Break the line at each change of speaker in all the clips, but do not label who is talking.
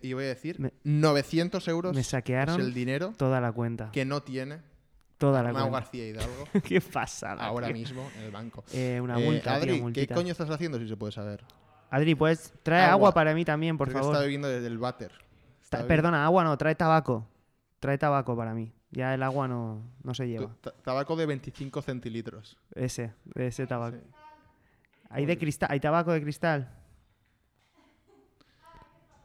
y voy a decir
Me-
900 euros
Me
es
saquearon
pues, el dinero
toda la cuenta.
que no tiene
toda la
Arnau
cuenta.
García Hidalgo
Qué pasada.
ahora
tío.
mismo en el banco.
Eh, una
Eh,
multa, tío,
Adri, ¿qué
multita.
coño estás haciendo si se puede saber?
Adri, pues trae agua.
Agua.
para mí también, por
Creo que
favor.
está bebiendo desde el váter.
Ta-
está
Perdona, agua no, trae tabaco. Trae tabaco para mí. Ya el agua no, no se lleva.
Tu- ta- Tabaco de 25 centilitros.
Ese, ese tabaco.
Sí.
¿Hay, de cristal, ¿Hay tabaco de cristal?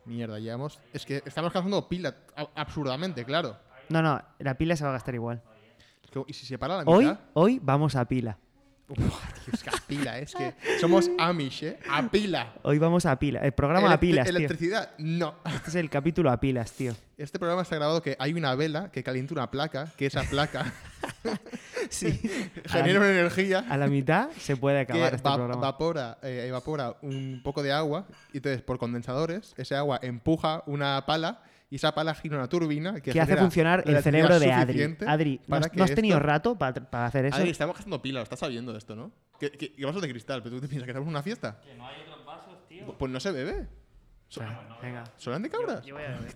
Mierda, llevamos. Es que estamos cazando pila a- absurdamente, claro.
No, no, la pila se va a gastar igual.
Es que- y si se para la
Hoy,
mitad.
hoy vamos a pila.
Buah, tío, es que a pila, es que somos Amish, ¿eh? A pila.
Hoy vamos a pila. El programa a
Electri-
pilas, tío.
Electricidad, no.
Este es el capítulo a pilas, tío.
Este programa está grabado que hay una vela que calienta una placa, que esa placa
Sí. A
genera
la,
una energía
a la mitad se puede
que
acabar este
va-
programa.
evapora, eh, evapora un poco de agua y entonces por condensadores ese agua empuja una pala y esa pala gira una turbina que,
Que hace
genera
funcionar el
electricidad
cerebro de Adri.
suficiente
Adri, ¿no
para
has,
que
no has tenido
esto-
rato para, para hacer eso?
Adri, estamos gastando pilas, estás sabiendo de esto, ¿no? Que, que, que vasos de cristal, pero tú te piensas que estamos en una fiesta.
Que no hay otros vasos, tío.
Pues no se bebe. So-
Ah, venga.
¿Solan de cabras?
Yo voy a beber.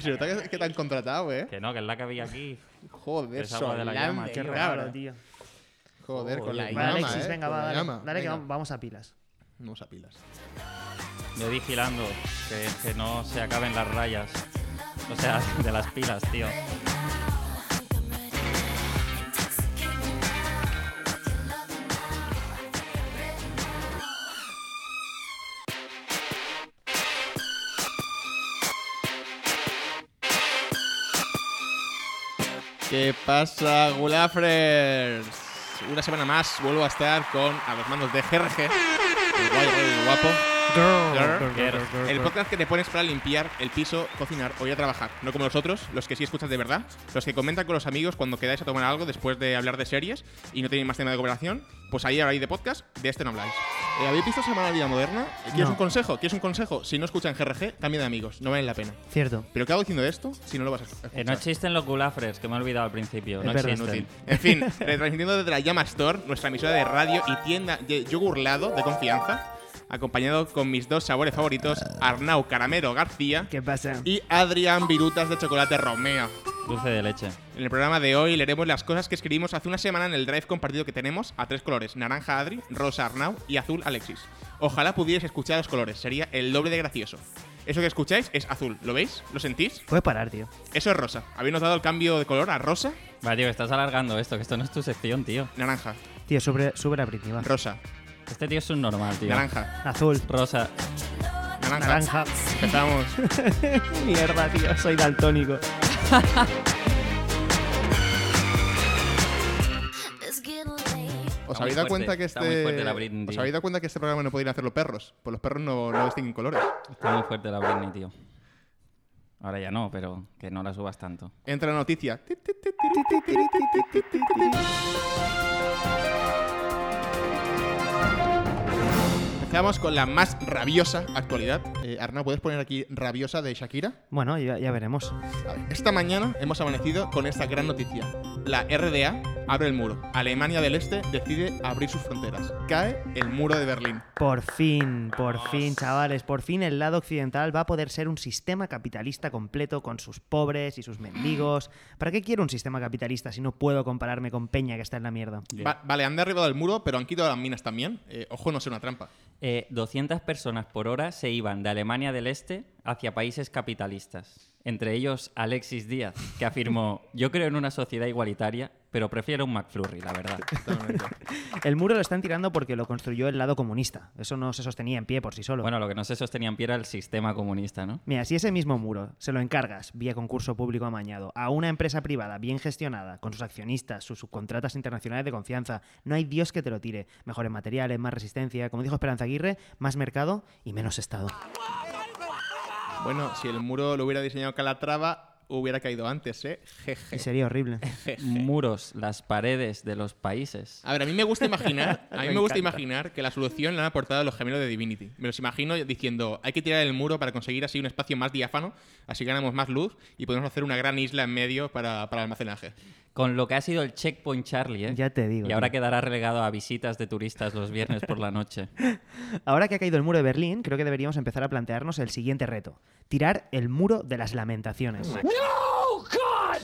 Se nota que, que te han contratado, ¿eh.
Que no, que es la que había aquí.
Joder,
Es agua de la
Solán
llama,
de
qué
cabras.
Claro, tío.
Joder, con la
Vale,
llama,
Vale, Alexis,
¿eh?
venga,
Con
va,
la
dale.
llama.
Dale que
Venga.
vamos, vamos a pilas.
Vamos a pilas.
Yo vigilando que, que no se acaben las rayas. O sea, de las pilas, tío.
¿Qué pasa, Gulafres? Una semana más vuelvo a estar con a los mandos de Jerge, el guay, el guapo. Grr. El podcast que te pones para limpiar el piso, cocinar o ir a trabajar. No como los otros, los que sí escuchas de verdad, los que comentan con los amigos cuando quedáis a tomar algo después de hablar de series y no tenéis más tema de conversación, pues ahí habláis de podcast, de este no habláis. Eh, ¿Habéis visto Semana de Vida Moderna? ¿Quieres
No.
un consejo? ¿Quieres un consejo? Si no escuchan GRG, también de amigos, no vale la pena.
Cierto.
¿Pero qué hago diciendo esto si no lo vas a escuchar?
Eh, no existen los gulafres, que me he olvidado al principio.
Es
No
verdad.
existen.
Inútil. En fin, retransmitiendo desde la Llama Store, nuestra emisora de radio y tienda de yogur lado de confianza, acompañado con mis dos sabores favoritos, Arnau Caramero García
¿Qué pasa?
y Adrián Virutas de Chocolate Romeo.
Dulce de leche.
En el programa de hoy leeremos las cosas que escribimos hace una semana en el drive compartido que tenemos a tres colores, naranja Adri, rosa Arnau y azul Alexis. Ojalá pudierais escuchar los colores, sería el doble de gracioso. Eso que escucháis es azul, ¿lo veis? ¿Lo sentís?
Puedes parar, tío.
Eso es rosa. ¿Habéis notado el cambio de color a rosa?
Va, tío, estás alargando esto, que esto no es tu sección, tío.
Naranja,
Tío, sube, sube la Britney, va.
rosa,
Este tío es un normal, tío.
naranja,
Azul.
Rosa.
naranja.
Naranja.
Empezamos.
Mierda, tío. Soy daltónico.
It's getting late.
¿Os
muy
habéis dado
fuerte,
cuenta que
está muy
este
fuerte la Britney,
¿Os
tío.
habéis dado cuenta que este programa no podían hacerlo perros? Pues los perros no, no distinguen colores.
Está muy fuerte la Britney, tío. Ahora ya no, pero que no la subas tanto.
Entra la noticia. Tit, tit, tit, tit. Empezamos con la más rabiosa actualidad. Eh, Arnau, ¿puedes poner aquí rabiosa de Shakira?
Bueno, ya, ya veremos.
A ver, esta mañana hemos amanecido con esta gran noticia. La RDA abre el muro. Alemania del Este decide abrir sus fronteras. Cae el muro de Berlín.
Por fin, por fin, chavales, por fin el lado occidental va a poder ser un sistema capitalista completo con sus pobres y sus mendigos. ¿Para qué quiero un sistema capitalista si no puedo compararme con Peña que está en la mierda?
Va- vale, han derribado el muro, pero han quitado las minas también. Eh, ojo, no sea una trampa.
Eh, 200 personas por hora se iban de Alemania del Este hacia países capitalistas. Entre ellos Alexis Díaz, que afirmó: Yo creo en una sociedad igualitaria, pero prefiero un McFlurry, la verdad.
El muro lo están tirando porque lo construyó el lado comunista. Eso no se sostenía en pie por sí solo.
Bueno, lo que no se sostenía en pie era el sistema comunista, ¿no?
Mira, si ese mismo muro se lo encargas, vía concurso público amañado, a una empresa privada bien gestionada, con sus accionistas, sus subcontratas internacionales de confianza, no hay Dios que te lo tire. Mejores materiales, más resistencia, como dijo Esperanza Aguirre, más mercado y menos Estado.
Bueno, si el muro lo hubiera diseñado Calatrava, hubiera caído antes, ¿eh?
Y
Jeje.
sería horrible.
jeje.
Muros, las paredes de los países.
A ver, a mí me gusta imaginar, a mí
Me
me, gusta
encanta.
imaginar que la solución la han aportado los gemelos de Divinity. Me los imagino diciendo, hay que tirar el muro para conseguir así un espacio más diáfano, así ganamos más luz y podemos hacer una gran isla en medio para, para almacenaje.
Con lo que ha sido el Checkpoint Charlie, ¿eh?
Ya te digo,
Y ahora
tío.
quedará relegado a visitas de turistas los viernes por la noche.
Ahora que ha caído el muro de Berlín, creo que deberíamos empezar a plantearnos el siguiente reto. Tirar el muro de las lamentaciones.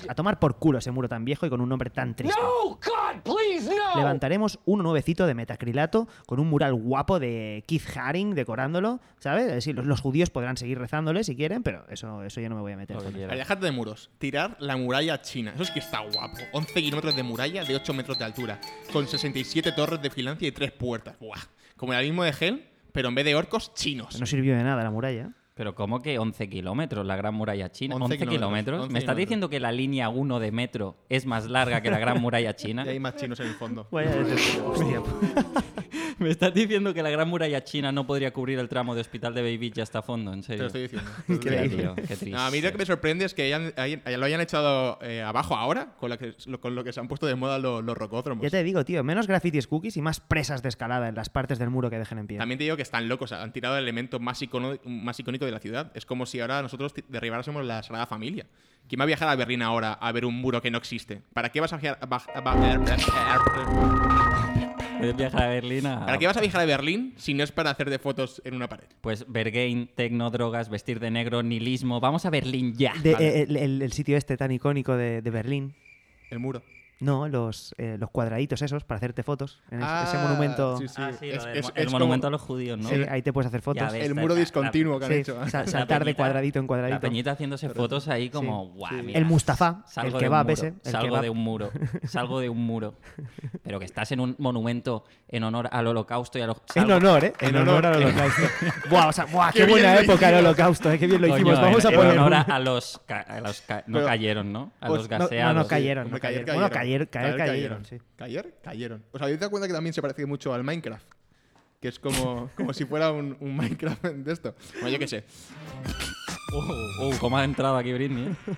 A tomar por culo ese muro tan viejo y con un nombre tan triste. Levantaremos un nuevecito de metacrilato con un mural guapo de Keith Haring decorándolo, ¿sabes? Es decir, los, los judíos podrán seguir rezándole si quieren, pero eso, eso yo no me voy a meter.
Lo que
con-
A
quiera.
ver, dejad de muros. Tirar la muralla china. Eso es que está guapo. 11 kilómetros de muralla de 8 metros de altura. Con 67 torres de vigilancia y 3 puertas. Buah. Como el abismo de Hell, pero en vez de orcos, chinos.
No sirvió de nada la muralla.
Pero ¿cómo que 11 kilómetros la Gran Muralla China?
11
¿11, kilómetros?
kilómetros,
¿Me
11
estás
kilómetros.
diciendo que la línea 1 de metro es más larga que la Gran Muralla China?
Y hay más chinos en el fondo.
Vaya decepción. Hostia, pu-
¿Me estás diciendo que la Gran Muralla China no podría cubrir el tramo de Hospital de Beivik hasta fondo? ¿En
Te lo estoy
serio?
diciendo.
Ya, tío, qué triste.
No, a mí lo que me sorprende es que hayan- hayan- lo hayan echado eh, abajo ahora, con lo, que, lo- con lo que se han puesto de moda los, los rocódromos.
Ya te digo, tío, menos grafitis cookies y más presas de escalada en las partes del muro que dejen en pie.
También te digo que están locos, han tirado el elemento más, icono- más icónico de la ciudad. Es como si ahora nosotros ti- derribáramos la Sagrada Familia. ¿Quién va a viajar a Berlín ahora a ver un muro que no existe? ¿Para qué vas a viajar, baj- a ba-
Puedes viajar a Berlín a-
¿Para qué vas a viajar a Berlín si no es para hacer de fotos en una pared?
Pues Bergain, tecno, drogas, vestir de negro, nihilismo. Vamos a Berlín ya.
De-
Vale.
eh, el, el- el sitio este tan icónico de, de Berlín.
El muro.
No, los, eh, los cuadraditos esos para hacerte fotos. En es-
Ah,
ese monumento.
sí, sí.
Ah, sí, lo
Es-
del
es-
mo-
es
el monumento
como-
a los judíos, ¿no?
Sí, ahí te puedes hacer fotos.
ves,
El
está-
muro
está-
discontinuo
la-
que han
Sí,
hecho.
sa-
la
saltar de
peñita-
cuadradito en cuadradito.
La peñita haciéndose fotos ahí como, guau, mira,
El Mustafa,
salgo
el
de un
kebab
muro,
ese, el
salgo
kebab.
de un muro, salgo de un muro. Pero que estás en un monumento en honor al holocausto y a los...
En
salgo-
honor, ¿eh?
En
En,
honor.
honor, al holocausto. buah, o sea, buah, qué,
Qué bien
buena
lo
época el
hicimos.
holocausto, ¿eh? qué bien lo
Coño,
hicimos.
en-
Vamos
en
a poner.
honor
un-
a, a los... ca- a los ca- no
Pero-
cayeron, ¿no? A
Pues,
los
no-
No, no,
gaseados.
no cayeron.
Hombre, caer,
No cayeron.
cayeron.
Bueno, caer, caer, cayeron. sí.
Cayer, cayeron. ¿Os habéis dado cuenta que también se parece mucho al Minecraft? Que es como, como si fuera un, un Minecraft de esto. Bueno, yo qué sé.
Uh, uh, ¿Cómo ha entrado aquí Britney? eh?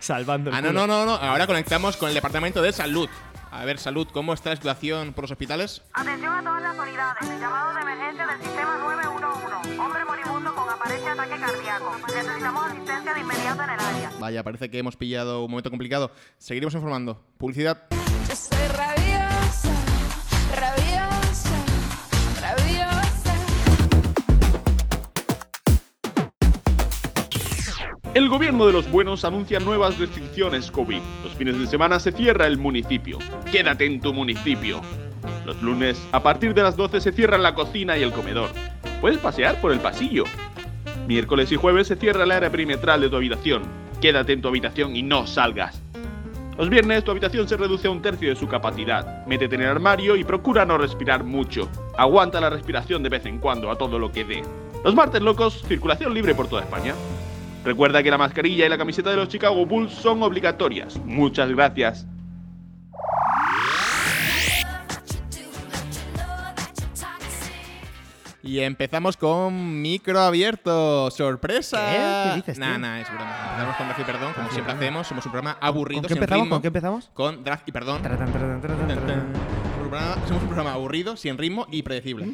Salvando el
Ah, no,
culo.
no, no, no. Ahora conectamos con el departamento de salud. A ver, salud, ¿cómo está la situación por los hospitales?
Atención a todas las unidades. Llamado de emergencia del sistema 911. Hombre moribundo con aparente ataque cardíaco. Necesitamos asistencia de inmediato en el área.
Vaya, parece que hemos pillado un momento complicado. Seguiremos informando. Publicidad.
Yo soy rabiosa, rabiosa, rabiosa.
El gobierno de los buenos anuncia nuevas restricciones COVID. Los fines de semana se cierra el municipio. Quédate en tu municipio. Los lunes, a partir de las 12, se cierran la cocina y el comedor. Puedes pasear por el pasillo. Miércoles y jueves se cierra el área perimetral de tu habitación. Quédate en tu habitación y no salgas. Los viernes tu habitación se reduce a un tercio de su capacidad. Métete en el armario y procura no respirar mucho. Aguanta la respiración de vez en cuando a todo lo que dé. Los martes locos, circulación libre por toda España. Recuerda que la mascarilla y la camiseta de los Chicago Bulls son obligatorias. Muchas gracias.
Y empezamos con micro abierto. ¡Sorpresa!
¿Qué? ¿Qué dices tú?
Nah, nah, es broma. Empezamos con Draft y Perdón, como siempre hacemos. Somos un programa aburrido,
¿Con qué
sin
empezamos?
ritmo.
¿Con qué empezamos?
Con Draft y Perdón.
Tra, tan, tra, tan, tra, tan,
Tan,
tra,
tan.
tan.
Un programa- Somos un programa aburrido, sin ritmo y predecible.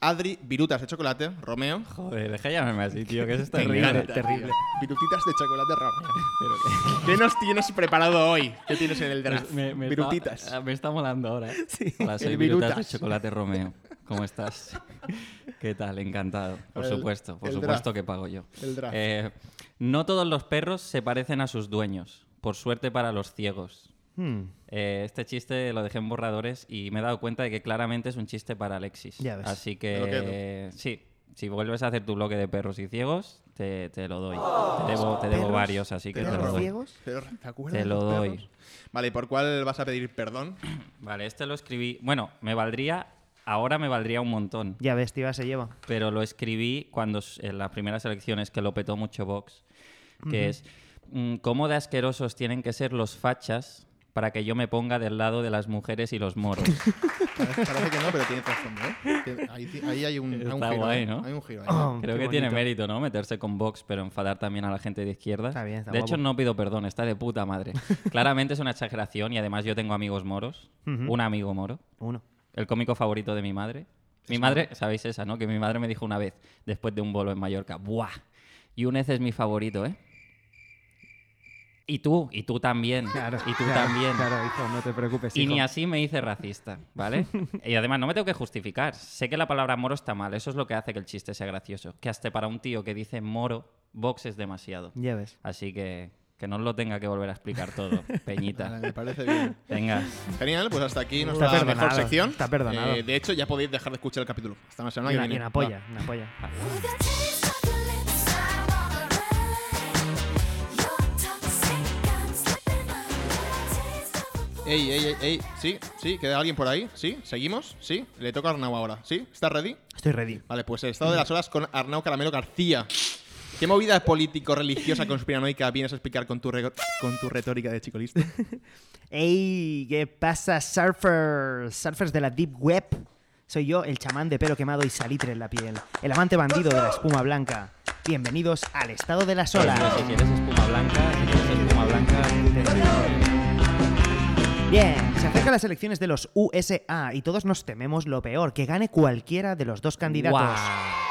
Adri, virutas de chocolate, Romeo.
Joder, deja llamarme así, tío, que eso es
Me
terrible.
encanta, tío. Virutitas de chocolate, Romeo. ¿Qué nos tienes preparado hoy? ¿Qué tienes en el draft?
Pues Me, me
Virutitas.
Está, ah, me está molando ahora. ¿eh? Hola, soy
El
Virutas de
Virutas.
Chocolate Romeo. ¿Cómo estás? ¿Qué tal? Encantado. Por
El-
supuesto, por
el
supuesto
draft.
que pago yo.
El draft.
Eh, no todos los perros se parecen a sus dueños. Por suerte para los ciegos.
Hmm,
Eh, este chiste lo dejé en borradores y me he dado cuenta de que claramente es un chiste para Alexis.
Ya ves.
Así
Me lo quedo.
que sí, si vuelves a hacer tu bloque de perros y ciegos, te, te lo doy.
Oh,
te debo, te debo
¿Perros?
varios, así que te
¿Perros
lo doy.
ciegos?
Pero, ¿te acuerdas
Te
de
lo
los
doy.
perros? Vale, ¿y por cuál vas a pedir perdón?
Vale, este lo escribí. Bueno, me valdría. Ahora me valdría un montón.
Ya ves, tío, ya se lleva.
pero lo escribí cuando s- en las primeras elecciones que lo petó mucho Vox, que es mm, cómo de asquerosos tienen que ser los fachas para que yo me ponga del lado de las mujeres y los moros.
Parece parece que no, pero tiene trasfondo, ¿eh? Tiene- Ahí, ti- ahí hay un, hay un
Está
giro.
guay,
¿eh?
¿no?
Hay un giro. ahí.
Oh,
Creo
qué
que tiene
bonito.
mérito, ¿no? Meterse con Vox, pero enfadar también a la gente de izquierda.
Está bien, está
de hecho,
guapo.
no pido perdón, está de puta madre. Claramente es una exageración y además yo tengo amigos moros.
Ujú.
Un amigo moro.
Uno.
El cómico favorito de mi madre. Mi madre, sabéis esa, ¿no? Que mi madre me dijo una vez, después de un bolo en Mallorca, ¡buah! Yúnez es mi favorito, ¿eh? Y tú, y tú también.
Claro,
y tú
claro,
también.
Claro, hijo, no te preocupes.
Y ni
hijo.
así me hice racista, ¿vale? y además no me tengo que justificar. Sé que la palabra moro está mal, eso es lo que hace que el chiste sea gracioso. Que hasta para un tío que dice moro, Vox es demasiado.
Ya ves.
Así que que no os lo tenga que volver a explicar todo,
Vale,
Peñita.
me parece bien.
Venga,
Genial, pues hasta aquí
Está
nuestra mejor
perdonado,
sección.
está perdonado.
Eh, de hecho, ya podéis dejar de escuchar el capítulo. Hasta la semana
Y
que
una,
viene.
y una polla, una polla.
With a taste of your lips, I walk away. You're toxic, I'm slipping under a taste of a
Va. Ey, ey, ey, ey. Sí, sí, queda alguien por ahí. Sí, seguimos. Sí, le toca a Arnau ahora. Sí, ¿estás ready?
Estoy ready.
Vale, pues el estado de las horas con Arnau Caramelo García. ¿Qué movida político-religiosa conspiranoica vienes a explicar con tu, rego- con tu retórica de chico listo?
¡Ey! ¿Qué pasa, surfers? Surfers de la Deep Web. Soy yo, el chamán de pelo quemado y salitre en la piel. El amante bandido de la espuma blanca. Bienvenidos al estado de las olas.
si quieres espuma blanca, si quieres espuma blanca...
Bien, se acercan las elecciones de los USA y todos nos tememos lo peor, que gane cualquiera de los dos candidatos.
Guau.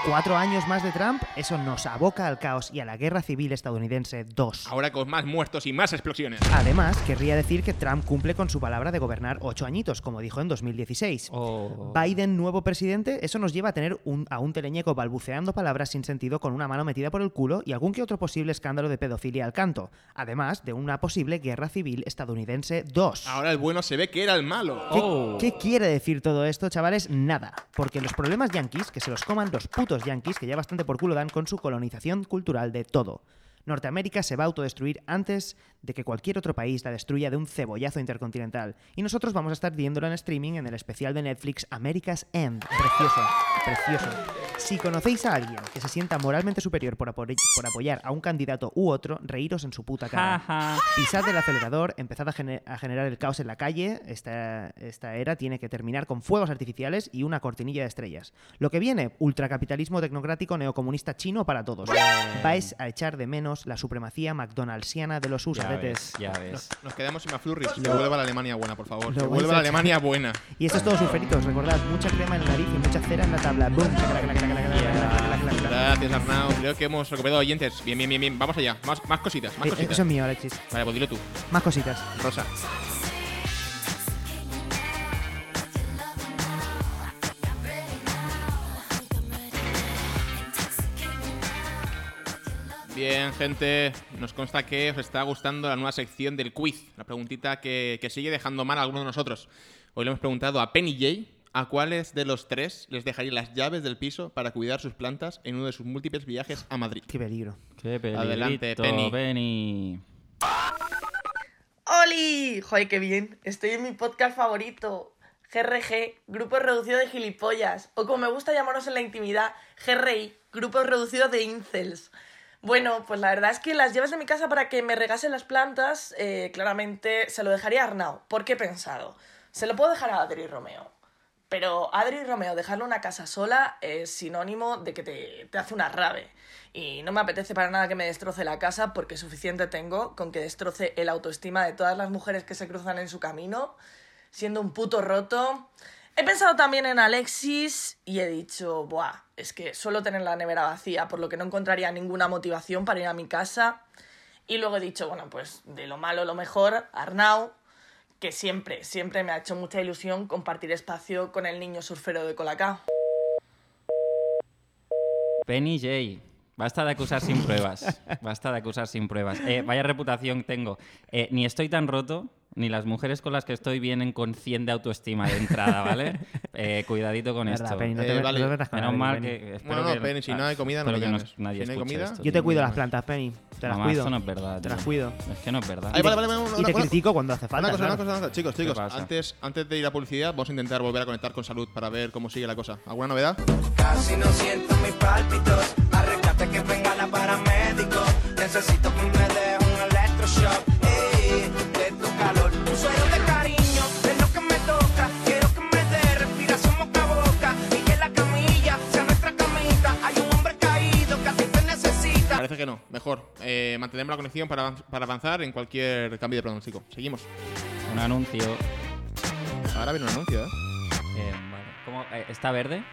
Cuatro años más de Trump, eso nos aboca al caos y a la guerra civil estadounidense 2.
Ahora con más muertos y más explosiones.
Además, querría decir que Trump cumple con su palabra de gobernar ocho añitos, como dijo en 2016.
Oh.
Biden nuevo presidente, eso nos lleva a tener un, a un teleñeco balbuceando palabras sin sentido con una mano metida por el culo y algún que otro posible escándalo de pedofilia al canto, además de una posible guerra civil estadounidense 2.
Ahora el bueno se ve que era el malo.
¿Qué,
Oh.
qué quiere decir todo esto, chavales? Nada. Porque los problemas yanquis, que se los coman los putos yanquis, que ya bastante por culo dan con su colonización cultural de todo. Norteamérica se va a autodestruir antes de que cualquier otro país la destruya de un cebollazo intercontinental. Y nosotros vamos a estar viéndolo en streaming en el especial de Netflix America's End. Precioso, precioso. Si conocéis a alguien que se sienta moralmente superior por, apo- por apoyar a un candidato u otro, reíros en su puta cara.
Ja, ja.
Pisad el acelerador, empezad a, gene- a generar el caos en la calle. Esta, esta era tiene que terminar con fuegos artificiales y una cortinilla de estrellas. Lo que viene, ultracapitalismo tecnocrático neocomunista chino para todos. Vais a echar de menos la supremacía McDonaldsiana de los
Ya ves,
usadetes.
ya ves.
Nos quedamos sin McFlurries. Que vuelva a la Alemania buena, por favor.
Lo
Que
vais
vuelva
a-
la Alemania buena.
Y esto es todo, surferitos. Recordad, mucha crema en la nariz y mucha cera en la tabla. Boom, chacalac, lac, lac, lac, lac, lac, lac, lac, lac, lac.
Gracias, Arnau. Creo que hemos recuperado oyentes. Bien, bien, bien, bien. Vamos allá. Más, más cositas, más
Eh, eh,
cositas.
Eso es mío, Alexis.
Vale, pues dilo tú,
Más cositas.
Rosa. Bien, gente, nos consta que os está gustando la nueva sección del quiz, la preguntita que, que sigue dejando mal a alguno de nosotros. Hoy le hemos preguntado a Penny Jay a cuáles de los tres les dejaría las llaves del piso para cuidar sus plantas en uno de sus múltiples viajes a Madrid.
Qué peligro.
Qué peligrito,
Adelante, Penny.
Penny.
¡Oli! ¡Joder, qué bien! Estoy en mi podcast favorito. GRG, Grupo Reducido de Gilipollas. O como me gusta llamarnos en la intimidad, GRI, Grupo Reducido de Incels. Bueno, pues la verdad es que las llaves de mi casa para que me regasen las plantas, eh, claramente se lo dejaría a Arnau. Porque he pensado, se lo puedo dejar a Adri Romeo. Pero Adri Romeo, dejarle una casa sola es sinónimo de que te, te hace una rave. Y no me apetece para nada que me destroce la casa porque suficiente tengo con que destroce el autoestima de todas las mujeres que se cruzan en su camino, siendo un puto roto. He pensado también en Alexis y he dicho, buah, es que suelo tener la nevera vacía, por lo que no encontraría ninguna motivación para ir a mi casa. Y luego he dicho, bueno, pues de lo malo lo mejor, Arnau, que siempre, siempre me ha hecho mucha ilusión compartir espacio con el niño surfero de Colacao.
Penny Jay. Basta de acusar sin pruebas. Basta de acusar sin pruebas. Eh, vaya reputación tengo. Eh, ni estoy tan roto, ni las mujeres con las que estoy vienen con 100 de autoestima de entrada, ¿vale? Eh, cuidadito con
Verdad,
esto.
Penny, no te
Eh,
met-
vale.
no te metas con
Menos
Adri,
mal
Penny.
que. espero
Bueno, no,
que-
Penny, si no hay comida, no
espero
me
que
llames.
nadie
Si no hay
escuche
comida-
esto.
Yo te cuido las
Mamá,
plantas, Penny. Te las
Mamá,
cuido.
Esto no es verdad.
Te las
tío.
cuido.
Es que no es verdad.
Ahí vale, vale, vale, una-
Y te
una-
critico cuando hace falta.
Una cosa,
claro.
una cosa, una cosa. Chicos, chicos,
pasa?
antes, antes de ir a publicidad, vamos a intentar volver a conectar con salud para ver cómo sigue la cosa. ¿Alguna novedad?
Casi no siento mis pálpitos. Al rescate que venga la paramédico. Necesito que me dé un electroshock. Ey, de tu calor. Soy
Parece que no. Mejor. Eh, mantenemos la conexión para, avanz- para avanzar en cualquier cambio de pronóstico. Seguimos.
Un anuncio.
Ahora viene un anuncio, ¿eh?
Eh, vale. ¿Cómo? Eh, ¿Está verde?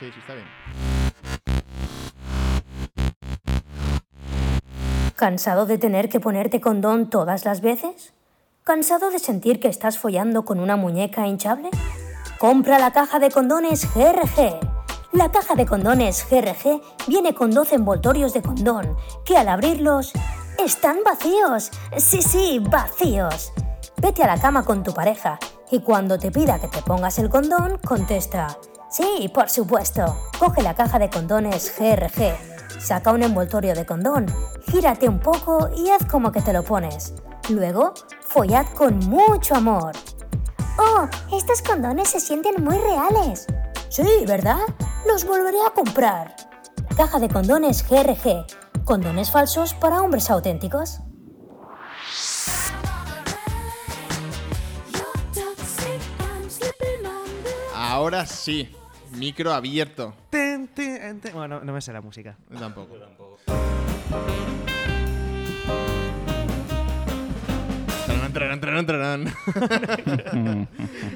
Sí, sí, está bien.
¿Cansado de tener que ponerte condón todas las veces? ¿Cansado de sentir que estás follando con una muñeca hinchable? Compra la caja de condones GRG. La caja de condones GRG viene con 12 envoltorios de condón que al abrirlos están vacíos. Sí, sí, vacíos. Vete a la cama con tu pareja y cuando te pida que te pongas el condón, contesta. Sí, por supuesto. Coge la caja de condones GRG, saca un envoltorio de condón, gírate un poco y haz como que te lo pones. Luego, follad con mucho amor. Oh, estos condones se sienten muy reales. Sí, ¿verdad? Los volveré a comprar. Caja de condones GRG. Condones falsos para hombres auténticos.
Toxic, I'm slipping under.
Ahora sí. Micro abierto.
Ten, ten, ten. Bueno, no, no me sé la música.
Yo Tampoco. Tarán, tarán, tarán, tarán.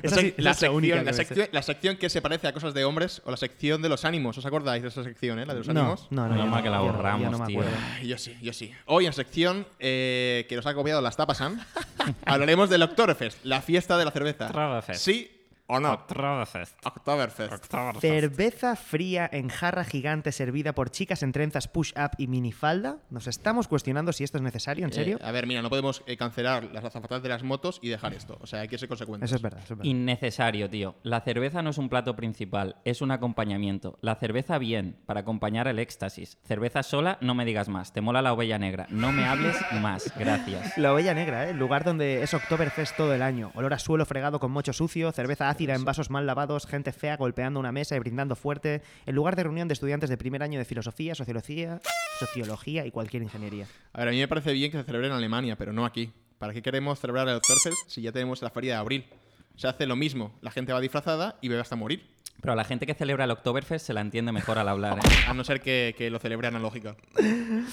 Esa
La
sí-
sec- la,
esa es la única
sección,
que
la
me sé.
sección- la sección que se parece a cosas de hombres o la sección de los ánimos. ¿Os acordáis de esa sección, eh? La de los
No,
ánimos.
no, no.
Menos
yo
mal que la
yo
borramos,
yo no me
tío.
acuerdo.
Ay, Yo sí, yo sí. Hoy en sección eh, que nos ha copiado las tapas, Sam, hablaremos del Oktoberfest, la fiesta de la cerveza.
Oktoberfest.
¿Sí o no?
Otra vez.
Oktoberfest.
Cerveza fría en jarra gigante servida por chicas en trenzas push-up y minifalda. Nos estamos cuestionando si esto es necesario, ¿en serio?
Eh, a ver, mira, no podemos eh, cancelar las azafatas de las motos y dejar esto. O sea, hay que ser consecuentes.
Eso es verdad, eso es verdad.
Innecesario, tío. La cerveza no es un plato principal, es un acompañamiento. La cerveza bien, para acompañar el éxtasis. Cerveza sola, no me digas más. Te mola la ovella negra. No me hables más. Gracias.
La Ovella Negra, ¿eh? el lugar donde es Oktoberfest todo el año. Olor a suelo fregado con mocho sucio, cerveza ácida en vasos mal lavados, gente fea golpeando una mesa y brindando fuerte. El lugar de reunión de estudiantes de primer año de filosofía, sociología, sociología y cualquier ingeniería.
A ver, a mí me parece bien que se celebre en Alemania, pero no aquí. ¿Para qué queremos celebrar el Oktoberfest si ya tenemos la feria de abril? Se hace lo mismo. La gente va disfrazada y bebe hasta morir.
Pero a la gente que celebra el Oktoberfest se la entiende mejor al hablar. ¿eh?
A no ser que, que lo celebre analógica.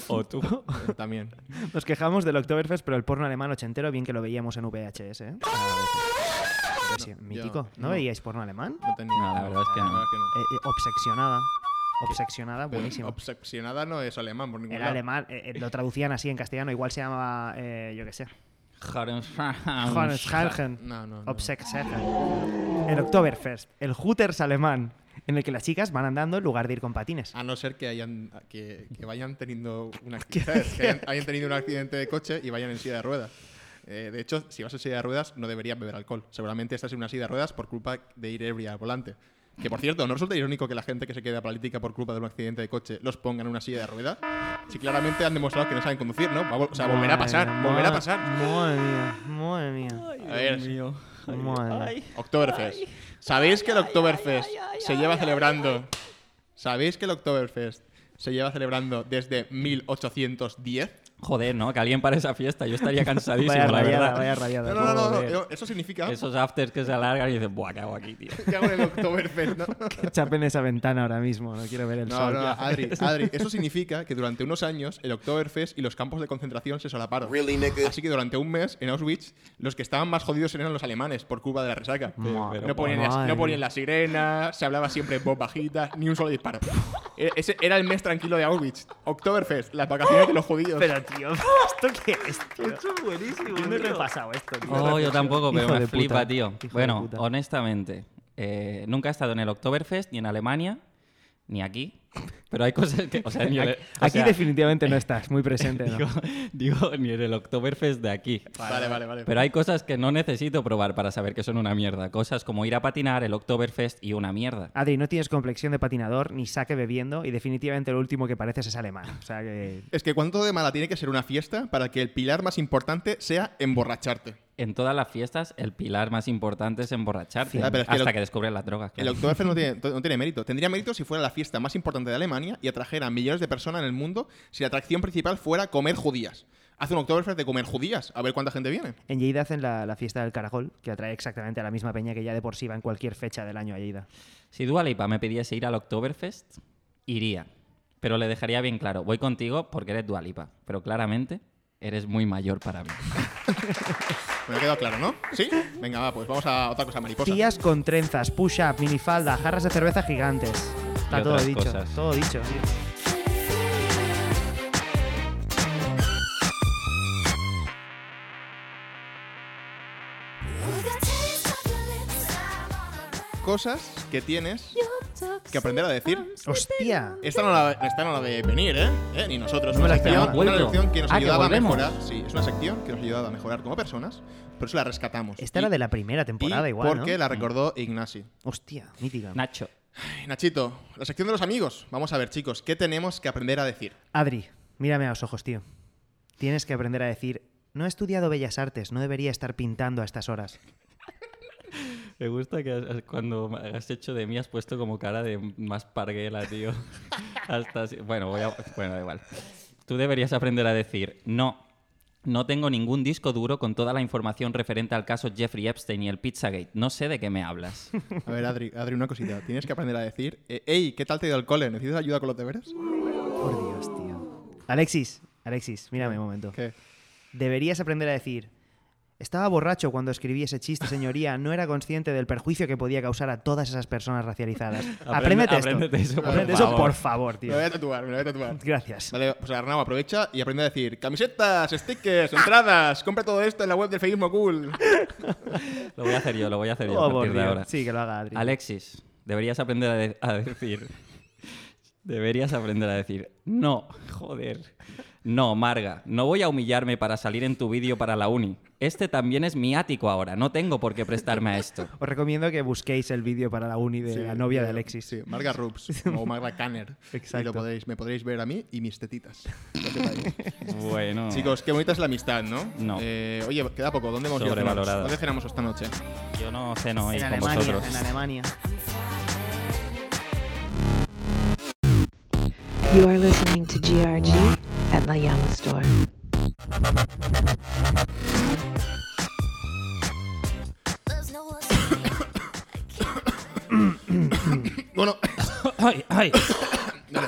O tú.
Eh, También.
Nos quejamos del Oktoberfest, pero el porno alemán ochentero bien que lo veíamos en VHS. ¿eh? Pero sí, mítico. ¿No,
no.
veíais porno alemán?
No tenía.
No, la verdad es que no.
Eh, eh, obsesionada. Obsesionada,
Pero
buenísimo.
Obsesionada no es alemán por ningún
Era
lado.
alemán, eh, eh, lo traducían así en castellano, igual se llamaba, eh, yo qué sé. Johanneshagen.
No, no, no.
Obsexhagen. El Oktoberfest, el Hooters alemán, en el que las chicas van andando en lugar de ir con patines.
A no ser que hayan que, que vayan teniendo un accidente, que hayan, hayan tenido un accidente de coche y vayan en silla de ruedas. Eh, de hecho, si vas en silla de ruedas, no deberías beber alcohol. Seguramente estás en una silla de ruedas por culpa de ir ebria al volante. Que por cierto, ¿no resulta irónico que la gente que se queda paralítica por culpa de un accidente de coche los ponga en una silla de ruedas? Si claramente han demostrado que no saben conducir, ¿no? Va a vol- O sea, volverá a pasar,
Madre-
volverá a pasar.
Madre mía, madre mía.
A ver,
madre.
Oktoberfest. ¿Sabéis que el Oktoberfest se lleva celebrando? ¿Sabéis que el Oktoberfest se lleva celebrando desde 1810?
Joder, ¿no? Que alguien para esa fiesta. Yo estaría cansadísimo,
Vaya
la
rayada,
verdad.
vaya rayada.
No, no, no, no,
joder.
no, eso significa
Esos afters que se alargan y dicen, buah, ¿qué hago aquí, tío?
que hago en el Oktoberfest, ¿no?
Chapen esa ventana ahora mismo, no quiero ver el
No,
sol.
no, Adri, Adri, eso significa que durante unos años el Oktoberfest y los campos de concentración se solaparon. Así que durante un mes en Auschwitz los que estaban más jodidos eran los alemanes por culpa de la resaca.
Madre
no, ponían las-
madre.
no ponían la sirena, se hablaba siempre en voz bajita, ni un solo disparo. E- Ese era el mes tranquilo de Auschwitz. Oktoberfest, las vacaciones de los judíos.
Pero, tío, ¿esto qué es? Esto es buenísimo. Yo no he repasado esto, tío.
Oh, yo tampoco, pero
Hijo
me
de
flipa,
puta.
tío.
Hijo de
bueno,
puta.
honestamente, eh, nunca he estado en el Oktoberfest, ni en Alemania, ni aquí. Pero hay cosas que. O sea, ni en el-
eh.
Aquí,
o
aquí
sea,
definitivamente no estás, muy presente. ¿no?
digo, digo, ni en el Oktoberfest de aquí.
Vale, vale, vale.
Pero hay cosas que no necesito probar para saber que son una mierda. Cosas como ir a patinar, el Oktoberfest y una mierda.
Adri, no tienes complexión Ah, de patinador, ni saque bebiendo, y definitivamente lo último que pareces es alemán. O sea que.
Es que cuánto de mala tiene que ser una fiesta para que el pilar más importante sea emborracharte.
En todas las fiestas, el pilar más importante es emborracharte.
Ah, pero es que
hasta
el-
que descubres las drogas.
El
claro.
Oktoberfest no tiene, no tiene mérito. Tendría mérito si fuera la fiesta más importante de Alemania y atrajera a millones de personas en el mundo si la atracción principal fuera comer judías. Haz un Oktoberfest de comer judías, a ver cuánta gente viene.
En Lleida hacen la, la fiesta del caracol, que atrae exactamente a la misma peña que ya de por sí va en cualquier fecha del año a Lleida.
Si Dua Lipa me pidiese ir al Oktoberfest, iría. Pero le dejaría bien claro, voy contigo porque eres Dualipa, pero claramente eres muy mayor para mí.
Me ha quedado claro, ¿no? ¿Sí? Venga, va, pues vamos a otra cosa mariposa.
Tías con trenzas, push-up, minifalda, jarras de cerveza gigantes. Está
Y
todo
otras
dicho,
cosas.
todo dicho.
Cosas que tienes que aprender a decir.
¡Hostia!
Esta no la, esta no la veis venir, ¿eh? ¿Eh? Ni nosotros.
No me
una,
la
sección,
esperaba.
una
Vuelvo.
sección que nos
Ah, que
ayudaba a
volvemos.
mejorar. Sí, es una sección que nos ayudaba a mejorar como personas, por eso la rescatamos.
Esta era de la primera temporada
y
igual,
Porque
¿no?
la recordó Ignasi.
Hostia, mítica.
Nacho.
Eh, Nachito, la sección de los amigos. Vamos a ver, chicos, ¿qué tenemos que aprender a decir?
Adri, mírame a los ojos, tío. Tienes que aprender a decir, no he estudiado bellas artes, no debería estar pintando a estas horas.
Me gusta que has- cuando has hecho de mí has puesto como cara de más parguela, tío. Hasta así- Bueno, voy a... bueno, da igual. Tú deberías aprender a decir, no, no tengo ningún disco duro con toda la información referente al caso Jeffrey Epstein y el Pizzagate. No sé de qué me hablas.
A ver, Adri, Adri una cosita. Tienes que aprender a decir, eh, hey, ¿qué tal te ha ido el cole? ¿Necesitas ayuda con los deberes?
Por Dios, tío. Alexis, Alexis, mírame un momento. Deberías aprender a decir, estaba borracho cuando escribí ese chiste, señoría, no era consciente del perjuicio que podía causar a todas esas personas racializadas.
Aprende-
Apréndete, esto.
apréndete eso, por
Apréndete eso,
favor.
por favor, tío.
Me lo voy a tatuar, me lo voy a tatuar.
Gracias.
Vale, pues Arnau, aprovecha y aprende a decir camisetas, stickers, entradas, compra todo esto en la web del Feísmo Cool.
Lo voy a hacer yo, lo voy a hacer yo
Oh,
a
por
partir de
Dios.
ahora.
Sí, que lo haga Adri.
Alexis, deberías aprender a, de- a decir. Deberías aprender a decir. No, joder. No, Marga, no voy a humillarme para salir en tu vídeo para la uni. Este también es mi ático ahora, no tengo por qué prestarme a esto.
Os recomiendo que busquéis el vídeo para la uni de
Sí,
la novia de
eh,
Alexis.
Sí, Marga Rubs o Marga Canner.
Exacto.
Y lo podéis, me podréis ver a mí y mis tetitas. Lo sepáis.
Bueno.
Chicos, qué bonita es la amistad, ¿no?
No.
Eh, oye, queda poco. ¿Dónde hemos ido a cenar?
Sobrevalorada.
¿Dónde cenamos esta noche?
Yo no ceno hoy
en
con
Alemania,
vosotros.
en Alemania.
You are listening to GRG at La Llama Store.
bueno.
ay, ay.
Vale.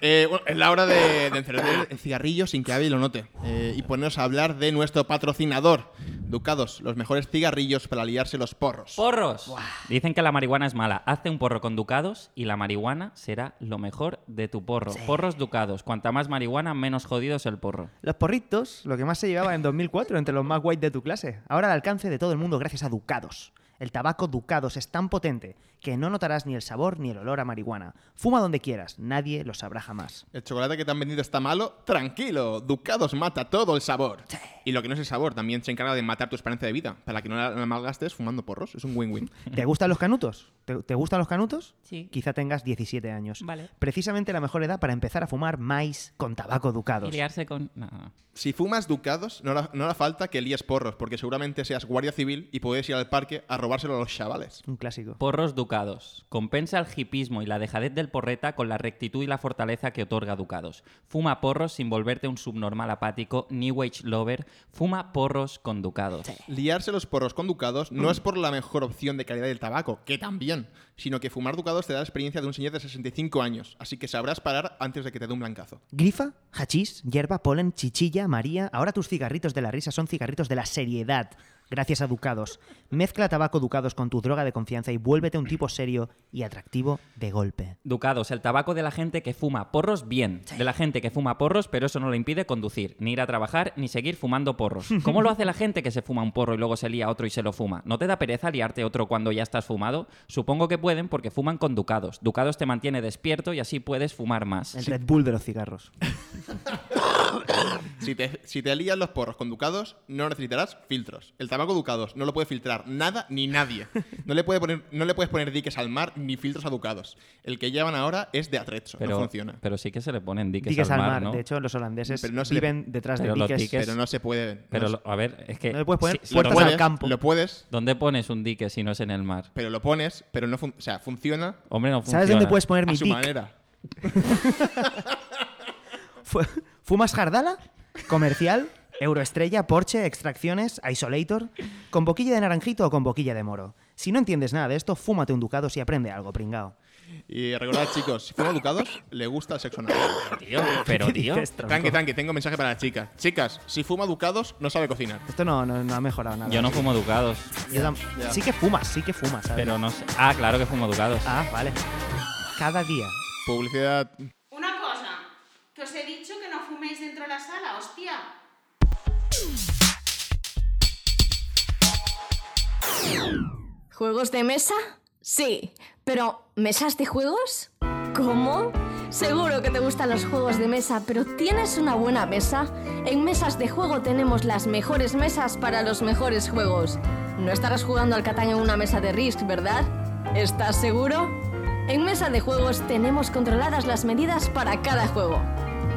Eh, bueno, es la hora de, de encender el cigarrillo sin que Abby lo note eh, y ponernos a hablar de nuestro patrocinador, Ducados, los mejores cigarrillos para liarse los porros.
¡Porros! Dicen que la marihuana es mala. Hazte un porro con ducados y la marihuana será lo mejor de tu porro. Porros ducados. Cuanta más marihuana, menos jodido es el porro.
Los porritos, lo que más se llevaba en 2004 entre los más guays de tu clase, ahora al alcance de todo el mundo gracias a Ducados. El tabaco Ducados es tan potente que no notarás ni el sabor ni el olor a marihuana. Fuma donde quieras, nadie lo sabrá jamás.
El chocolate que te han vendido está malo, tranquilo, Ducados mata todo el sabor. Y lo que no es el sabor, también se encarga de matar tu esperanza de vida, para que no la, la malgastes fumando porros, es un win-win.
¿Te gustan los canutos? ¿Te, te gustan los canutos?
Sí.
Quizá tengas 17 años.
Vale.
Precisamente la mejor edad para empezar a fumar maíz con tabaco
Y
Ducados.
liarse con. no.
Si fumas Ducados, no hará no hará falta que líes porros, porque seguramente seas guardia civil y puedes ir al parque a robárselo a los chavales.
Un clásico.
Porros Ducados. Compensa el hipismo y la dejadez del porreta con la rectitud y la fortaleza que otorga Ducados. Fuma porros sin volverte un subnormal apático, New Age lover. Fuma porros con Ducados.
Liarse los porros con ducados no es por la mejor opción de calidad del tabaco, que también, sino que fumar ducados te da la experiencia de un señor de 65 años, así que sabrás parar antes de que te dé un blancazo.
Grifa, hachís, hierba, polen, chichilla, María. Ahora tus cigarritos de la risa son cigarritos de la seriedad. Gracias a Ducados. Mezcla tabaco Ducados con tu droga de confianza y vuélvete un tipo serio y atractivo de golpe.
Ducados, el tabaco de la gente que fuma porros bien, de la gente que fuma porros, pero eso no le impide conducir, ni ir a trabajar, ni seguir fumando porros. ¿Cómo lo hace la gente que se fuma un porro y luego se lía otro y se lo fuma? ¿No te da pereza liarte otro cuando ya estás fumado? Supongo que pueden porque fuman con ducados. Ducados te mantiene despierto y así puedes fumar más.
El Red Bull de los cigarros.
Si te, si te lías los porros con ducados, no necesitarás filtros. El tabaco ducados no lo puede filtrar nada ni nadie. No le, puede poner, no le puedes poner diques al mar ni filtros a ducados. El que llevan ahora es de atrecho,
Pero,
no funciona.
pero sí que se le ponen diques,
Diques
al mar, ¿no?
De hecho, los holandeses
Pero no se le-
viven detrás de
Pero los
diques.
diques-
Pero no se puede.
Pero,
no
lo- a ver, es que...
No le puedes poner
si-
puertas
lo
al
puedes-
campo.
Lo puedes,
¿Dónde pones un dique si no es en el mar?
pero lo pones, pero no fun- o sea, funciona.
Hombre, no funciona.
¿Sabes dónde puedes poner
a
mi
su
dick?
manera.
Fu- ¿Fumas Jardala? Comercial, Euroestrella, Porsche, Extracciones, Isolator, con boquilla de naranjito o con boquilla de moro. Si no entiendes nada de esto, fúmate un ducado si aprende algo, pringao.
Y recordad, chicos, si fueron educados, le gusta el sexo anal.
Tío, pero, ¿Qué tío. dices, tronco?
Tranqui, tranqui, tengo mensaje para las chicas. Chicas, si fuma educados, no sabe cocinar.
Esto no, no, no ha mejorado nada.
Yo no fumo ducados.
Yo tam-
Ya.
Sí que fumas, sí que fumas, ¿sabes?
Pero no sé. Ah, claro que fumo ducados.
Ah, vale. Cada día.
Publicidad.
Una cosa, que os he dicho que no fuméis dentro de la sala, hostia.
¿Juegos de mesa? Sí, pero ¿mesas de juegos? ¿Cómo? Seguro que te gustan los juegos de mesa, pero ¿tienes una buena mesa? En Mesas de Juego tenemos las mejores mesas para los mejores juegos. No estarás jugando al Catán en una mesa de Risk, ¿verdad? ¿Estás seguro? En Mesa de Juegos tenemos controladas las medidas para cada juego.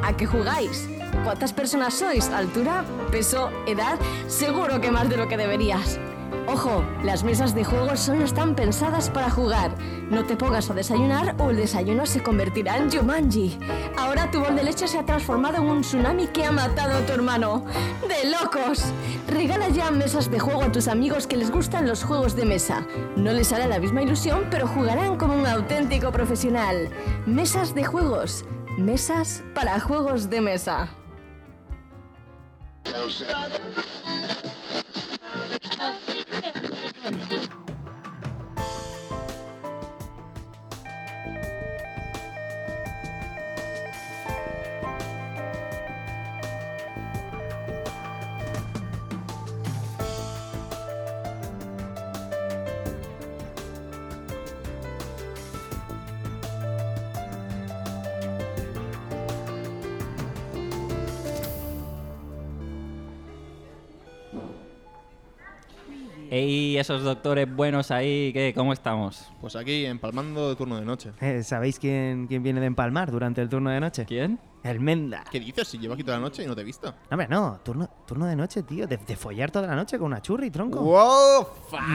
¿A qué jugáis? ¿Cuántas personas sois? ¿Altura? ¿Peso? ¿Edad? Seguro que más de lo que deberías. Ojo, las mesas de juegos solo están pensadas para jugar. No te pongas a desayunar o el desayuno se convertirá en Jumanji. Ahora tu bol de leche se ha transformado en un tsunami que ha matado a tu hermano. ¡De locos! Regala ya mesas de juego a tus amigos que les gustan los juegos de mesa. No les hará la misma ilusión, pero jugarán como un auténtico profesional. Mesas de juegos. Mesas para juegos de mesa.
Ey, esos doctores buenos ahí, ¿qué? ¿Cómo estamos?
Pues aquí, empalmando de turno de noche.
Eh, ¿Sabéis quién, quién viene de empalmar durante el turno de noche?
¿Quién?
El Menda.
¿Qué dices? Si llevo aquí toda la noche y no te he visto.
Hombre, no, turno, turno de noche, tío. De, de follar toda la noche con una churri, tronco.
¡Wow!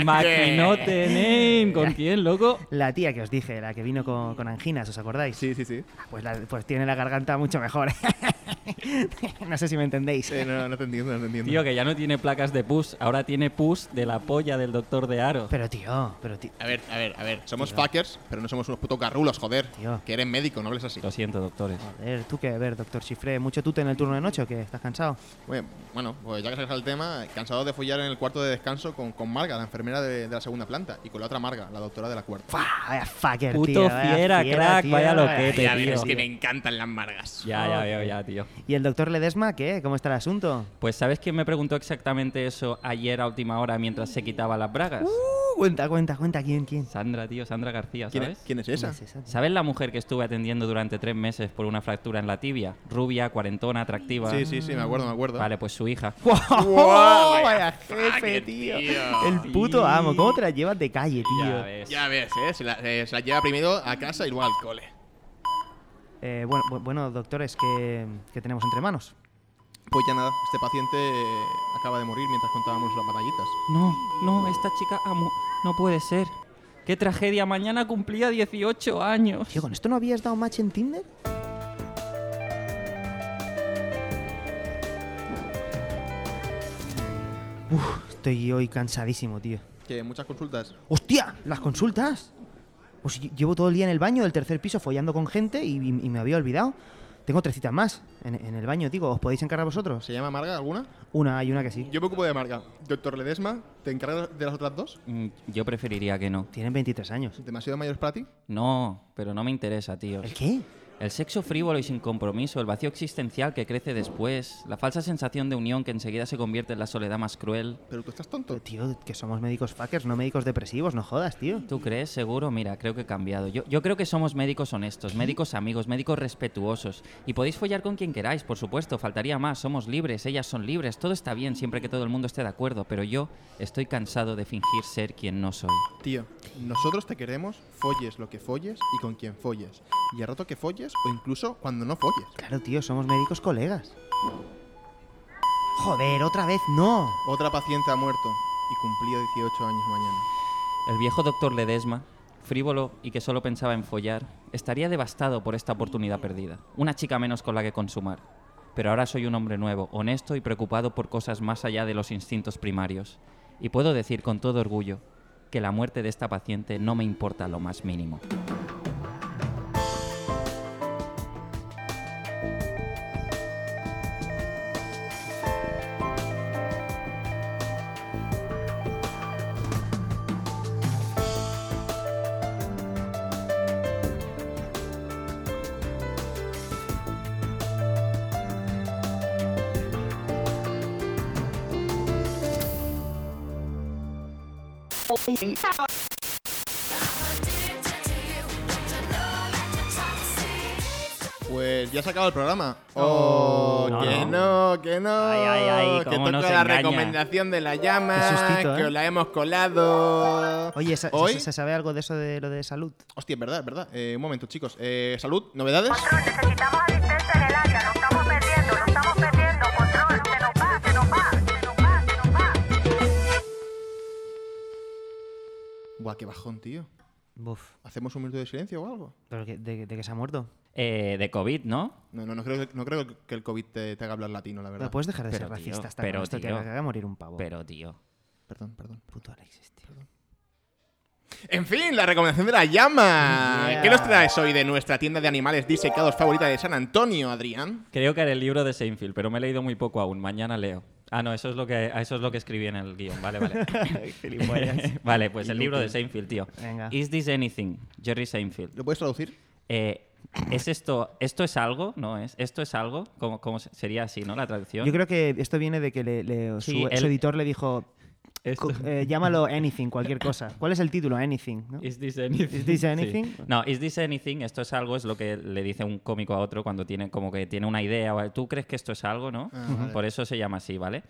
Maquinote, name. ¿Con quién, loco?
La tía que os dije, la que vino con, con anginas, ¿os acordáis?
Sí, sí, sí.
Pues, la- pues tiene la garganta mucho mejor. ¿eh? no sé si me entendéis.
no, no te entiendo, no te entiendo.
Tío, que ya no tiene placas de pus, ahora tiene pus de la polla del doctor de Aro.
Pero tío, pero tío.
A ver, a ver, a ver. Somos fuckers, pero no somos unos putos garrulos, joder. Que eres médico, no hables así.
Lo siento, doctores.
Joder, ¿tú qué? A ver, doctor Chifré, ¿mucho tute en el turno de noche o qué? ¿Estás cansado?
Oye, Bueno, pues ya que sacas el tema, cansado de follar en el cuarto de descanso con, con Marga, la enfermera de, de la segunda planta, y con la otra Marga, la doctora de la cuarta.
Ah, vaya fucker,
Puto
tío. vaya
fiera, crack,
tío,
vaya
vaya-
loquete,
Ya ves
tío.
que me encantan las Margas.
Ya, ya veo, ya, tío.
¿Y el doctor Ledesma qué? ¿Cómo está el asunto?
Pues ¿sabes quién me preguntó exactamente eso ayer a última hora mientras se quitaba las bragas?
Uh, cuenta, cuenta, cuenta. ¿Quién, quién?
Sandra, tío, Sandra García,
¿Quién es-
¿sabes?
quién es esa?
¿Quién es esa, tío?
¿Sabes la mujer que estuve atendiendo durante tres meses por una fractura en la tibia? Rubia, cuarentona, atractiva.
Sí, sí, sí, me acuerdo, me acuerdo.
Vale, pues su hija.
¡Guau! vaya jefe, tío. El puto amo. ¿Cómo te la llevas de calle,
Ya
tío?
ves. Ya ves, ¿eh? Se la, eh, se la lleva primero a casa y luego al cole.
Eh, bueno, bu- bueno, doctores, ¿qué, qué tenemos entre manos?
Pues ya nada, este paciente eh, acaba de morir mientras contábamos las batallitas.
No, no, esta chica ha mu- no puede ser. ¡Qué tragedia! Mañana cumplía 18 años.
Tío, ¿con esto no habías dado match en Tinder? Uf, estoy hoy cansadísimo, tío.
Que muchas consultas.
¡Hostia! ¿Las consultas? Pues lle- llevo todo el día en el baño del tercer piso follando con gente y, y- y me había olvidado. Tengo tres citas más en, en el baño, digo. ¿Os podéis encargar vosotros?
¿Se llama Marga alguna?
Una, hay una que sí.
Yo me ocupo de Marga. Doctor Ledesma, ¿te encargas de las otras dos?
Mm, Yo preferiría que no.
Tienen 23 años.
¿Demasiado mayores para ti?
No, pero no me interesa, tío.
¿El qué?
El sexo frívolo y sin compromiso, el vacío existencial que crece después, la falsa sensación de unión que enseguida se convierte en la soledad más cruel.
Pero tú estás tonto.
Tío, que somos médicos fuckers, no médicos depresivos, no jodas, tío.
¿Tú crees? Seguro, mira, creo que he cambiado. Yo, yo creo que somos médicos honestos, médicos amigos, médicos respetuosos. Y podéis follar con quien queráis, por supuesto, faltaría más, somos libres, ellas son libres, todo está bien siempre que todo el mundo esté de acuerdo, pero yo estoy cansado de fingir ser quien no soy.
Tío, nosotros te queremos, folles lo que folles y con quien folles. Y a rato que folles o incluso cuando no folles.
Claro, tío, somos médicos colegas. Joder, otra vez no.
Otra paciente ha muerto y cumplía 18 años mañana.
El viejo doctor Ledesma, frívolo y que solo pensaba en follar, estaría devastado por esta oportunidad perdida. Una chica menos con la que consumar. Pero ahora soy un hombre nuevo, honesto y preocupado por cosas más allá de los instintos primarios. Y puedo decir con todo orgullo que la muerte de esta paciente no me importa lo más mínimo.
Pues ya se ha acabado el programa.
Oh,
Oh,
no,
que
no.
no. que no.
Ay, ay, ay,
que
cómo
toca
nos
la
engaña.
recomendación de la llama.
Qué sustito, ¿eh?
Que os la hemos colado.
Oye, ¿se, se-
Hoy-
se sabe algo de eso de lo de salud?
Hostia, es verdad, es verdad. Eh, un momento, chicos. Eh, salud, novedades. Buah, qué bajón, tío. ¿Hacemos un minuto de silencio o algo?
¿Pero que- de, de que se ha muerto?
Eh, de COVID, ¿no?
No, no, no creo, no creo que el COVID te, te haga hablar latino, la verdad.
Pero puedes dejar de ser
Pero, tío,
racista hasta
pero,
con esto, que
tío.
acaba de morir un pavo.
Pero, tío.
Perdón, perdón.
Puto Alexis, tío.
En fin, la recomendación de la llama.
Yeah.
¿Qué nos traes hoy de nuestra tienda de animales disecados favorita de San Antonio, Adrián?
Creo que era el libro de Seinfeld, pero me he leído muy poco aún. Mañana leo. Ah, no, eso es lo que, eso es lo que escribí en el guión. Vale, vale.
Gilipollas.
vale, pues el libro de
Inútil.
Seinfeld, tío.
Venga.
Is this anything? Jerry Seinfeld. Eh,
¿Lo puedes traducir?
¿Es esto? ¿Esto es algo? No es. ¿Esto es algo? ¿Cómo, cómo se- sería así, no? La traducción.
Yo creo que esto viene de que le- le-
Sí,
su,
el-
su editor le dijo. "Co- eh, llámalo anything, cualquier cosa. ¿Cuál es el título? Anything. ¿no?
Is this anything?
Is this
Sí.
anything?
No, is this anything? Esto es algo, es lo que le dice un cómico a otro cuando tiene como que tiene una idea. o Tú crees que esto es algo, ¿no?
Ah, vale.
Por eso se llama así, ¿vale?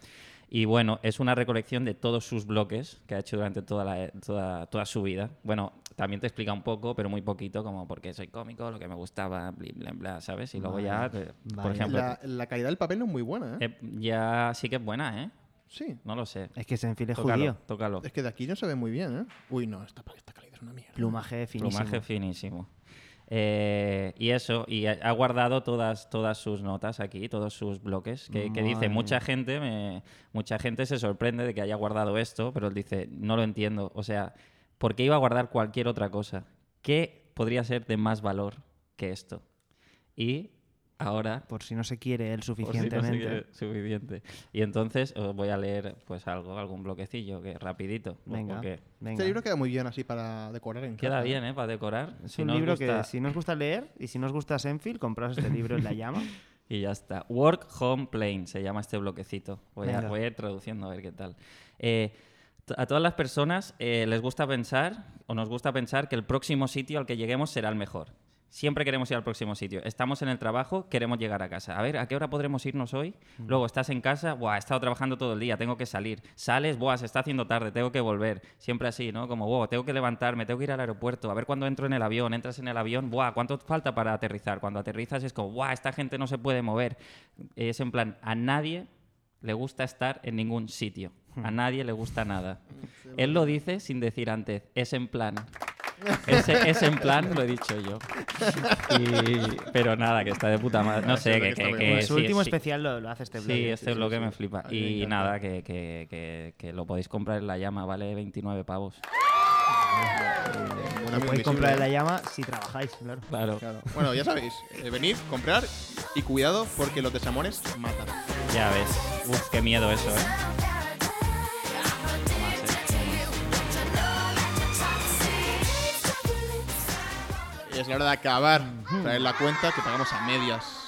Y bueno, es una recolección de todos sus bloques que ha hecho durante toda, la- toda, toda su vida. Bueno, también te explica un poco, pero muy poquito, como porque soy cómico, lo que me gustaba, bla, bla, bla, ¿sabes? Y luego ya,
Vale.
te- por
Vale.
ejemplo,
La, la calidad del papel no es muy buena, ¿eh?
eh, ya sí que es buena, ¿eh?
Sí.
No lo sé.
Es que Seinfeld es
Tócalo,
judío.
Tócalo.
Es que de aquí no se ve muy bien, ¿eh? Uy, no, esta, esta calidad es una mierda.
Plumaje finísimo.
Plumaje finísimo. Eh, y eso, y ha ha guardado todas, todas sus notas aquí, todos sus bloques, que, que dice,
Madre
mucha gente, me- mucha gente se sorprende de que haya guardado esto, pero él dice, no lo entiendo, o sea, ¿por qué iba a guardar cualquier otra cosa? ¿Qué podría ser de más valor que esto? Y ahora pues,
Por si no se quiere él
por si no se
suficientemente.
quiere- suficiente. Y entonces os voy a leer pues algo, algún bloquecillo, que rapidito.
Venga,
porque
venga.
Este libro queda muy bien así para decorar en
Queda
casa,
bien, ¿eh? Para decorar.
Es
Si
un
no os
libro
gusta-
que si no os gusta leer y si no os gusta Senfield, compraos este libro en la llama.
Y ya está. Work Home Plane se llama este bloquecito. Voy a,
Venga.
voy a ir traduciendo a ver qué tal. Eh, t- a todas las personas eh, les gusta pensar o nos gusta pensar que el próximo sitio al que lleguemos será el mejor. Siempre queremos ir al próximo sitio. Estamos en el trabajo, queremos llegar a casa. A ver, ¿a qué hora podremos irnos hoy? Luego estás en casa, buah, he estado trabajando todo el día, tengo que salir. Sales, buah, se está haciendo tarde, tengo que volver. Siempre así, ¿no? Como, wow, tengo que levantarme, tengo que ir al aeropuerto, a ver cuándo entro en el avión, entras en el avión, buah, ¿cuánto falta para aterrizar? Cuando aterrizas es como, buah, esta gente no se puede mover. Es en plan, a nadie le gusta estar en ningún sitio.
Hmm.
A nadie le gusta nada. Él lo dice sin decir antes, es en plan. Ese, ese en plan lo he dicho yo. Y- pero nada, que está de puta madre. No
Ah, sí,
sé,
creo
que,
que está
que-
muy
que
bueno. Su
Eh, sí,
último
sí.
especial lo- lo hace este
Sí,
bloque.
este
Sí, sí,
bloque
sí.
me flipa.
A mí me
Y
encanta.
nada, que, que- que- que lo podéis comprar en la llama, vale 29 pavos.
Lo podéis comprar en la llama si trabajáis, claro.
Claro.
Claro. Bueno, ya sabéis, eh, venid, comprar y cuidado porque los desamores matan.
Ya ves. Uf, qué miedo eso, ¿eh?
Es la hora de acabar, traer la cuenta que pagamos a medias.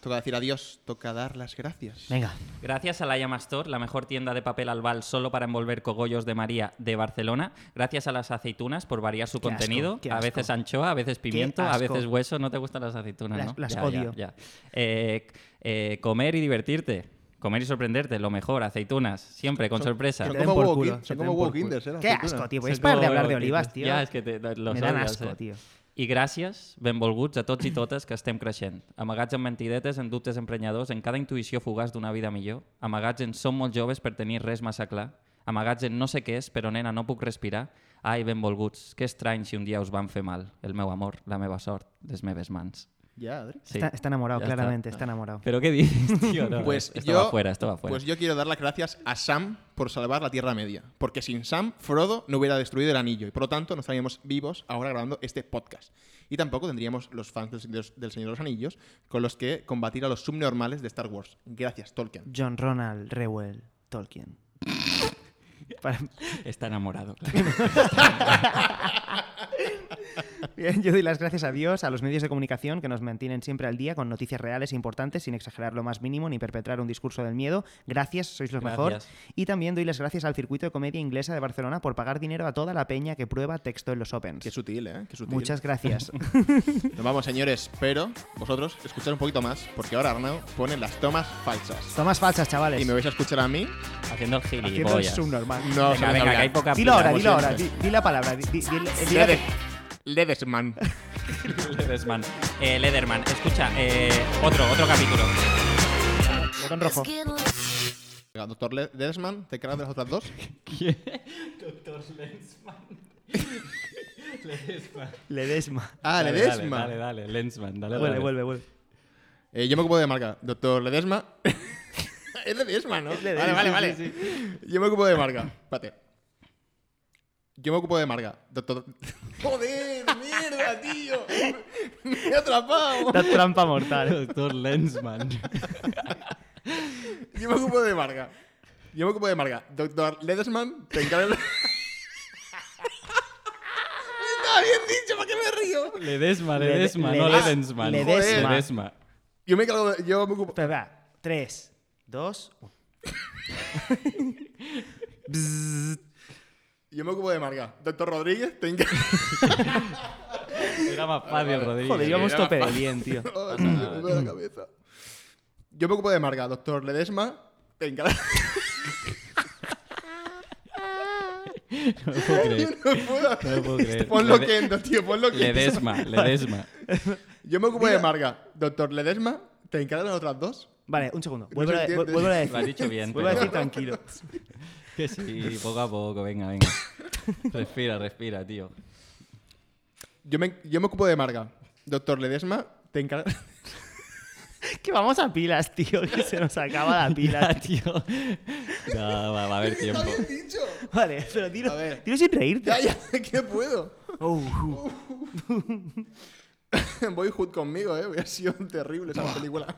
Toca decir adiós, toca dar las gracias.
Venga.
Gracias a la Llama Store, la mejor tienda de papel albal solo para envolver cogollos de María de Barcelona. Gracias a las aceitunas por variar su
Qué asco,
contenido.
qué
a
asco.
veces anchoa, a veces pimiento, a
asco.
veces hueso. No te gustan las aceitunas,
Las-
¿no?
las
Ya,
odio.
ya, ya. Eh, eh, comer y divertirte. Comer y sorprenderte, lo mejor, aceitunas, siempre con
Son-
sorpresa.
son Que te como den por huevo culo, kin- son que te como den huevo por culo. kinders, eh, las
Qué
aceitunas.
asco, tío.
Son
Es para de
como
hablar de
huevo
olivas,
kinders.
tío.
Ya, és que te- los
Me dan
odies,
asco,
eh.
tío.
I gràcies, benvolguts a tots i totes que estem creixent, amagats en mentidetes, en dubtes emprenyadors, en cada intuïció fugaç d'una vida millor, amagats en som molt joves per tenir res massa clar, amagats en no sé què és, però nena, no puc respirar. Ai, benvolguts, que estrany si un dia us van fer mal. El meu amor, la meva sort, les meves mans.
Ya, Adri.
Está, está enamorado,
Ya está.
claramente, está enamorado.
¿Pero qué dices, tío? No,
Pues
esto
yo-
va fuera, esto va fuera.
Pues yo quiero dar las gracias a Sam por salvar la Tierra Media. Porque sin Sam, Frodo no hubiera destruido el anillo. Y por lo tanto, no estaríamos vivos ahora grabando este podcast. Y tampoco tendríamos los fans del, del- del Señor de los Anillos con los que combatir a los subnormales de Star Wars. Gracias, Tolkien.
John Ronald Reuel Tolkien. Para-
Está enamorado.
Bien, yo doy las gracias a Dios, a los medios de comunicación que nos mantienen siempre al día con noticias reales e importantes sin exagerar lo más mínimo ni perpetrar un discurso del miedo. Gracias, sois los mejor.
Gracias.
Y también doy las gracias al circuito de comedia inglesa de Barcelona por pagar dinero a toda la peña que prueba texto en los Opens. Qué
sutil, ¿eh? Qué sutil.
Muchas gracias.
Nos vamos, señores. Pero vosotros, escuchad un poquito más. Porque ahora Arnau pone las tomas falsas.
Tomas falsas, chavales.
Y me vais a escuchar a mí.
Haciendo
Haciendo el subnormal. No,
venga,
se me
venga,
habla.
que hay poca Dilo ahora, dilo ahora, di, di la palabra. Di, di- di- di la-
Lede- Ledesman.
Lederman. Eh, Lederman, escucha, eh, otro, otro capítulo.
Botón rojo.
Venga, Doctor Le- Ledesman, ¿te cargas de las otras dos?
Doctor Lensman.
Ledesma.
Ah,
Dale,
Ledesma.
Dale, dale, dale, Lensman, dale.
Vuelve,
dale.
vuelve, Eh, yo me ocupo de marca. Doctor Ledesma. es Ledesma, ¿no? Vale, vale, vale. Yo me ocupo de marca. Espérate. Yo me ocupo de marca. Doctor. Joder, mierda, tío. Me he atrapado.
La trampa mortal.
Doctor Lensman.
Yo me ocupo de marca. Yo me ocupo de marca. Doctor Ledesman, te encargo. Está bien dicho, ¿para qué me río?
Ledesma,
Lede-
Ledesma, no
Ledes-
Ledensman.
Ledesma.
Ledesma.
Yo me encargo de- Yo me ocupo.
Espera, espera. Tres, dos, uno.
Yo me ocupo de marca. Doctor Rodríguez, te encargo.
Era más fácil, Rodríguez.
Joder, íbamos
Era más
tope de
fácil.
bien, tío.
Oh, tío, me duele la cabeza. Yo me ocupo de marca. Doctor Ledesma, te encargo.
No lo puedo
Yo
creer.
no puedo hacer
No lo puedo
esto.
creer.
Ponlo
Lede-
Kendo, tío, ponlo Kendo.
Ledesma, Ledesma.
Yo me ocupo de marca. Doctor Ledesma, ¿te encargas las otras dos?
Vale, un segundo.
No
Vuelvo,
se
a,
entiende.
vuelvo a decir.
Lo has dicho bien,
Vuelvo a
pero-
decir tranquilo.
Que sí, poco a poco, venga, venga. Respira, respira, tío.
Yo me, yo me ocupo de marca. Doctor Ledesma, ¿te encargas?
que vamos a pilas, tío. Que se nos acaba la pila, tío.
No, va, va a haber tiempo.
dicho?
Vale, pero dilo,
A ver.
dilo sin reírte.
Ya, ya, que puedo.
Oh, uh.
Voy hood conmigo, eh. Ha sido terrible esa película.